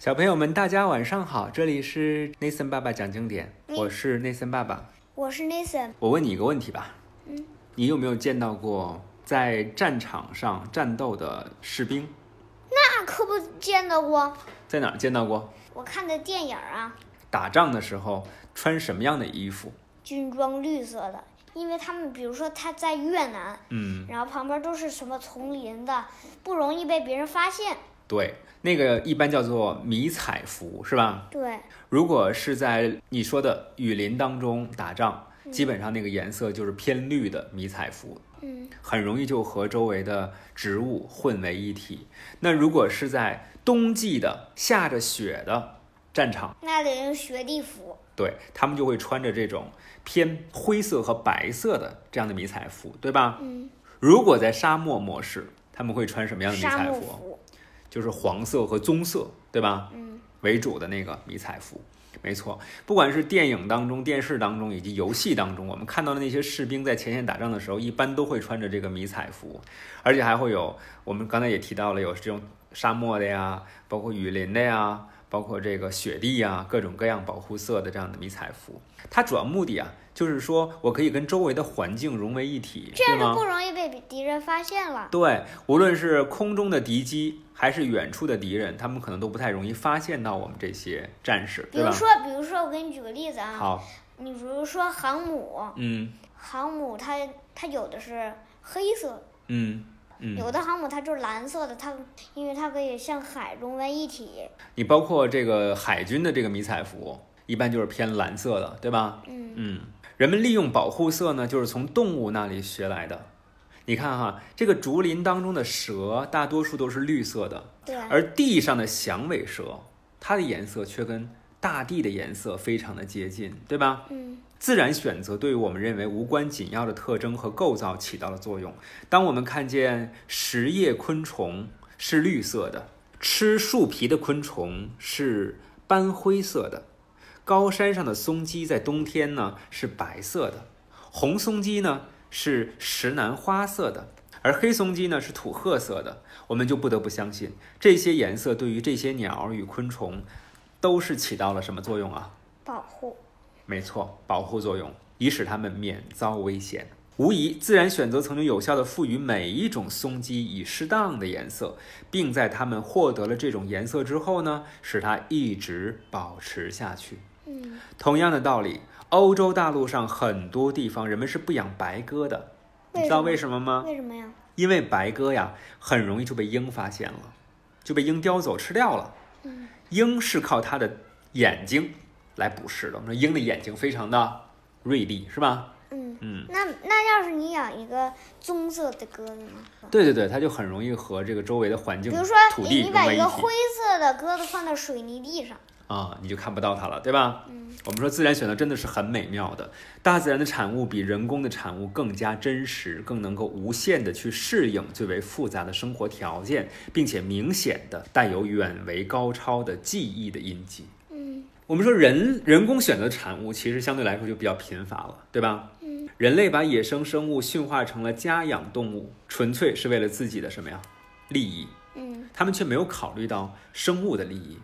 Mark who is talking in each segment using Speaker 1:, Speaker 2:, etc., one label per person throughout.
Speaker 1: 小朋友们，大家晚上好，这里是 Nathan 爸爸讲经典，
Speaker 2: 嗯
Speaker 1: 我是 Nathan 爸爸。
Speaker 2: 我是 Nathan，
Speaker 1: 我问你一个问题吧，
Speaker 2: 嗯，
Speaker 1: 你有没有见到过在战场上战斗的士兵？
Speaker 2: 那啊可不见到过。
Speaker 1: 在哪儿见到过？
Speaker 2: 我看的电影啊，
Speaker 1: 打仗的时候穿什么样的衣服？
Speaker 2: 军装绿色的，因为他们比如说他在越南，
Speaker 1: 嗯，
Speaker 2: 然后旁边都是什么丛林的，不容易被别人发现。
Speaker 1: 对，那个一般叫做迷彩服，是吧？
Speaker 2: 对，
Speaker 1: 如果是在你说的雨林当中打仗，基本上那个颜色就是偏绿的迷彩服，
Speaker 2: 嗯，
Speaker 1: 很容易就和周围的植物混为一体。那如果是在冬季的下着雪的战场，
Speaker 2: 那得用学地服。
Speaker 1: 对他们就会穿着这种偏灰色和白色的这样的迷彩服，对吧？
Speaker 2: 嗯，
Speaker 1: 如果在沙漠模式，他们会穿什么样的迷
Speaker 2: 沙
Speaker 1: 彩
Speaker 2: 漠
Speaker 1: 服？就是黄色和棕色，对吧？
Speaker 2: 嗯，
Speaker 1: 为主的那个迷彩服。没错，不管是电影当中、电视当中以及游戏当中，我们看到的那些士兵在前线打仗的时候，一般都会穿着这个迷彩服，而且还会有我们刚才也提到了有这种沙漠的呀，包括雨林的呀，包括这个雪地呀，各种各样保护色的这样的迷彩服。它主要目的啊，就是说我可以跟周围的环境融为一体，
Speaker 2: 这
Speaker 1: 对
Speaker 2: 样
Speaker 1: 吗？
Speaker 2: 就不容易被敌人发现了。
Speaker 1: 对，无论是空中的敌机还是远处的敌人，他们可能都不太容易发现到我们这些战士，
Speaker 2: 比
Speaker 1: 对
Speaker 2: 如
Speaker 1: 吧？
Speaker 2: 说，比如说，我给你举个例子啊，
Speaker 1: 好，
Speaker 2: 你比如说航母，
Speaker 1: 嗯
Speaker 2: 航母它它有的是黑色的
Speaker 1: 嗯嗯，
Speaker 2: 有的航母它就是蓝色的，它因为它可以向海融为一体。
Speaker 1: 你包括这个海军的这个迷彩服，一般就是偏蓝色的，对吧？
Speaker 2: 嗯，
Speaker 1: 嗯，人们利用保护色呢，就是从动物那里学来的。你看哈，这个竹林当中的蛇大多数都是绿色的，
Speaker 2: 对，
Speaker 1: 而地上的响尾蛇，它的颜色却跟大地的颜色非常的接近，对吧？
Speaker 2: 嗯，
Speaker 1: 自然选择对于我们认为无关紧要的特征和构造起到了作用。当我们看见食叶昆虫是绿色的，吃树皮的昆虫是斑灰色的，高山上的松鸡在冬天呢是白色的，红松鸡呢是石楠花色的。而黑松鸡呢是土褐色的，我们就不得不相信这些颜色对于这些鸟儿与昆虫都是起到了什么作用啊？
Speaker 2: 保护。
Speaker 1: 没错，保护作用，以使它们免遭危险。无疑，自然选择曾经有效地赋予每一种松鸡以适当的颜色，并在它们获得了这种颜色之后呢，使它一直保持下去。
Speaker 2: 嗯，
Speaker 1: 同样的道理，欧洲大陆上很多地方人们是不养白鸽的，你知道为
Speaker 2: 为
Speaker 1: 什么吗？
Speaker 2: 为什么呀？
Speaker 1: 因为白鸽呀，很容易就被鹰发现了，就被鹰叼走吃掉了。
Speaker 2: 嗯，
Speaker 1: 鹰是靠它的眼睛来捕食的。我们说鹰的眼睛非常的锐利，是吧？
Speaker 2: 嗯，
Speaker 1: 嗯，
Speaker 2: 那那要是你养一个棕色的鸽子呢？
Speaker 1: 对对对，它就很容易和这个周围的环
Speaker 2: 嗯比
Speaker 1: 境
Speaker 2: 如说
Speaker 1: 土
Speaker 2: 你
Speaker 1: 地
Speaker 2: 你
Speaker 1: 融
Speaker 2: 把
Speaker 1: 为
Speaker 2: 一
Speaker 1: 一
Speaker 2: 个
Speaker 1: 体
Speaker 2: 灰色的鸽子放到水泥地上，
Speaker 1: 啊、你就看不到它了，对吧？
Speaker 2: 嗯，
Speaker 1: 我们说自然选择真的是很美妙的，大自然的产物比人工的产物更加真实，更能够无限的去适应最为复杂的生活条件，并且明显的带有远为高超的技艺的印记。
Speaker 2: 嗯
Speaker 1: 我们说人人工选择的产物，其实相对来说就比较贫乏了，对吧？
Speaker 2: 嗯，
Speaker 1: 人类把野生生物驯化成了家养动物，纯粹是为了自己的什么呀？利益，
Speaker 2: 嗯
Speaker 1: 他们却没有考虑到生物的利益。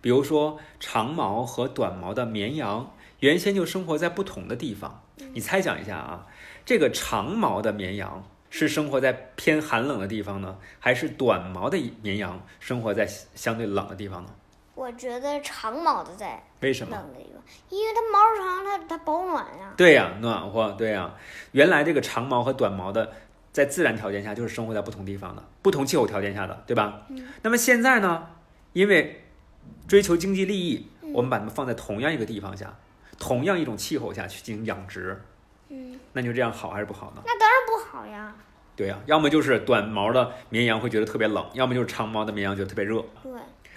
Speaker 1: 比如说，长毛和短毛的绵羊原先就生活在不同的地方。你猜想一下啊，这个长毛的绵羊是生活在偏寒冷的地方呢，还是短毛的绵羊生活在相对冷的地方呢？
Speaker 2: 我觉得长毛的在
Speaker 1: 为什么？
Speaker 2: 冷的地方，因为它毛长，它它保暖啊呀。
Speaker 1: 对呀、暖和，对呀、原来这个长毛和短毛的，在自然条件下就是生活在不同地方的、不同气候条件下的，对吧？
Speaker 2: 嗯
Speaker 1: 那么现在呢，因为追求经济利益，我们把它们放在同样一个地方下，同样一种气候下去进行养殖，
Speaker 2: 嗯，
Speaker 1: 那你说这样好还是不好呢？
Speaker 2: 那不好呀。
Speaker 1: 对呀、要么就是短毛的绵羊会觉得特别冷，要么就是长毛的绵羊觉得特别热。
Speaker 2: 对，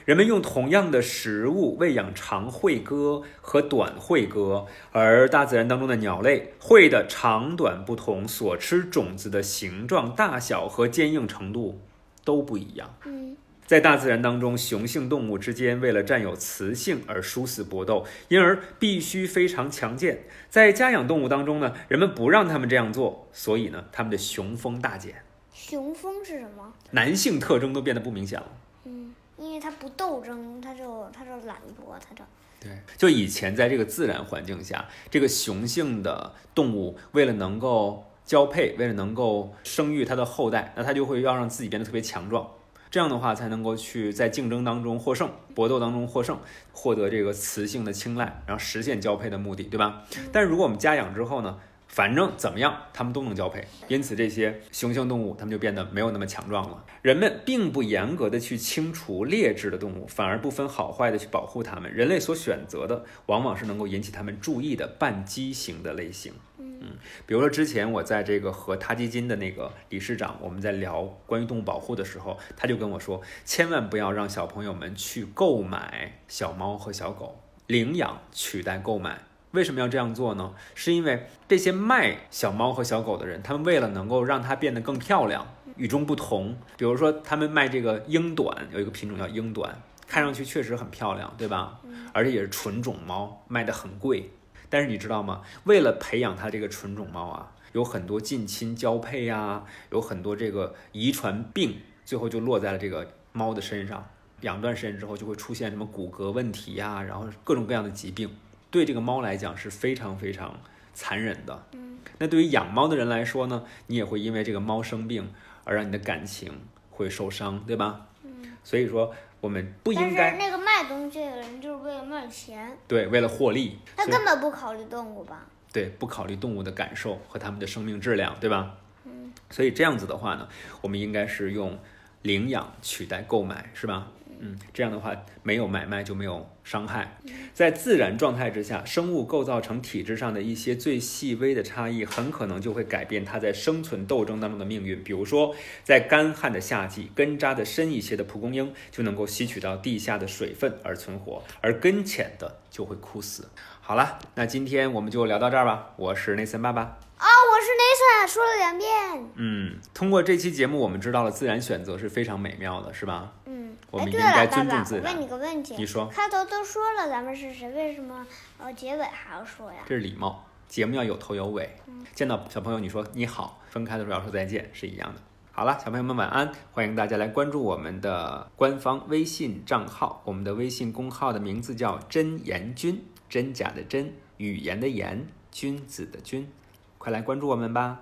Speaker 1: 人们用同样的食物喂养长喙鸽和短喙鸽，而大自然当中的鸟类喙的长短不同，所吃种子的形状、大小和坚硬程度都不一样。
Speaker 2: 嗯
Speaker 1: 在大自然当中，雄性动物之间为了占有雌性而殊死搏斗，因而必须非常强健。在家养动物当中呢，人们不让它们这样做，所以呢，它们的雄风大减，
Speaker 2: 雄蜂是什么？
Speaker 1: 男性特征都变得不明显了。
Speaker 2: 嗯，因为它不斗争，它就它就懒惰，它就
Speaker 1: 对，就以前在这个自然环境下，这个雄性的动物为了能够交配，为了能够生育它的后代，那它就会要让自己变得特别强壮，这样的话才能够去在竞争当中获胜，搏斗当中获胜，获得这个雌性的青睐，然后实现交配的目的，对吧？但是如果我们家养之后呢，反正怎么样，它们都能交配，因此这些雄性动物它们就变得没有那么强壮了。人们并不严格的去清除劣质的动物，反而不分好坏的去保护它们。人类所选择的往往是能够引起它们注意的半畸形的类型。嗯，比如说之前我在这个和他基金的那个理事长，我们在聊关于动物保护的时候，他就跟我说，千万不要让小朋友们去购买小猫和小狗，领养取代购买。为什么要这样做呢？是因为这些卖小猫和小狗的人，他们为了能够让它变得更漂亮、与众不同，比如说他们卖这个英短，有一个品种叫英短，看上去确实很漂亮，对吧？而且也是纯种猫，卖的很贵。但是你知道吗？为了培养它这个纯种猫啊，有很多近亲交配啊，有很多这个遗传病，最后就落在了这个猫的身上。养段时间之后，就会出现什么骨骼问题呀、然后各种各样的疾病。对这个猫来讲是非常非常残忍的。
Speaker 2: 嗯，
Speaker 1: 那对于养猫的人来说呢，你也会因为这个猫生病而让你的感情会受伤，对吧？
Speaker 2: 嗯。
Speaker 1: 所以说，我们不
Speaker 2: 但
Speaker 1: 应
Speaker 2: 是
Speaker 1: 该
Speaker 2: 那个卖东西的人就是为了卖钱，
Speaker 1: 对为了获利，
Speaker 2: 他
Speaker 1: 所以
Speaker 2: 根本不考虑动物吧？
Speaker 1: 对不考虑动物的感受和它们的生命质量，对吧？嗯。所以这样子的话呢，我们应该是用领养取代购买，是吧？嗯，这样的话没有买卖就没有伤害。在自然状态之下，生物构造成体制上的一些最细微的差异，很可能就会改变它在生存斗争当中的命运。比如说，在干旱的夏季，根扎的深一些的蒲公英就能够吸取到地下的水分而存活，而根浅的就会枯死。好了，那今天我们就聊到这儿吧。我是内森爸爸。
Speaker 2: 啊、我是 Nathan，说了两遍。
Speaker 1: 嗯，通过这期节目，我们知道了自然选择是非常美妙的，是吧？
Speaker 2: 嗯，
Speaker 1: 我
Speaker 2: 哎，
Speaker 1: 们
Speaker 2: 对
Speaker 1: 应该
Speaker 2: 了，爸
Speaker 1: 尊重
Speaker 2: 爸，
Speaker 1: 自
Speaker 2: 我
Speaker 1: 然
Speaker 2: 问你个问
Speaker 1: 你
Speaker 2: 题，
Speaker 1: 说，
Speaker 2: 开头都说了咱们是谁，为什么呃结尾还要说呀？
Speaker 1: 这是礼貌，节目要有头有尾。见到小朋友你说你好，分开的时候要说再见是一样的。好了，小朋友们晚安，欢迎大家来关注我们的官方微信账号，我们的微信公号的名字叫“真言君”，真假的真，语言的言，君子的君，快来关注我们吧。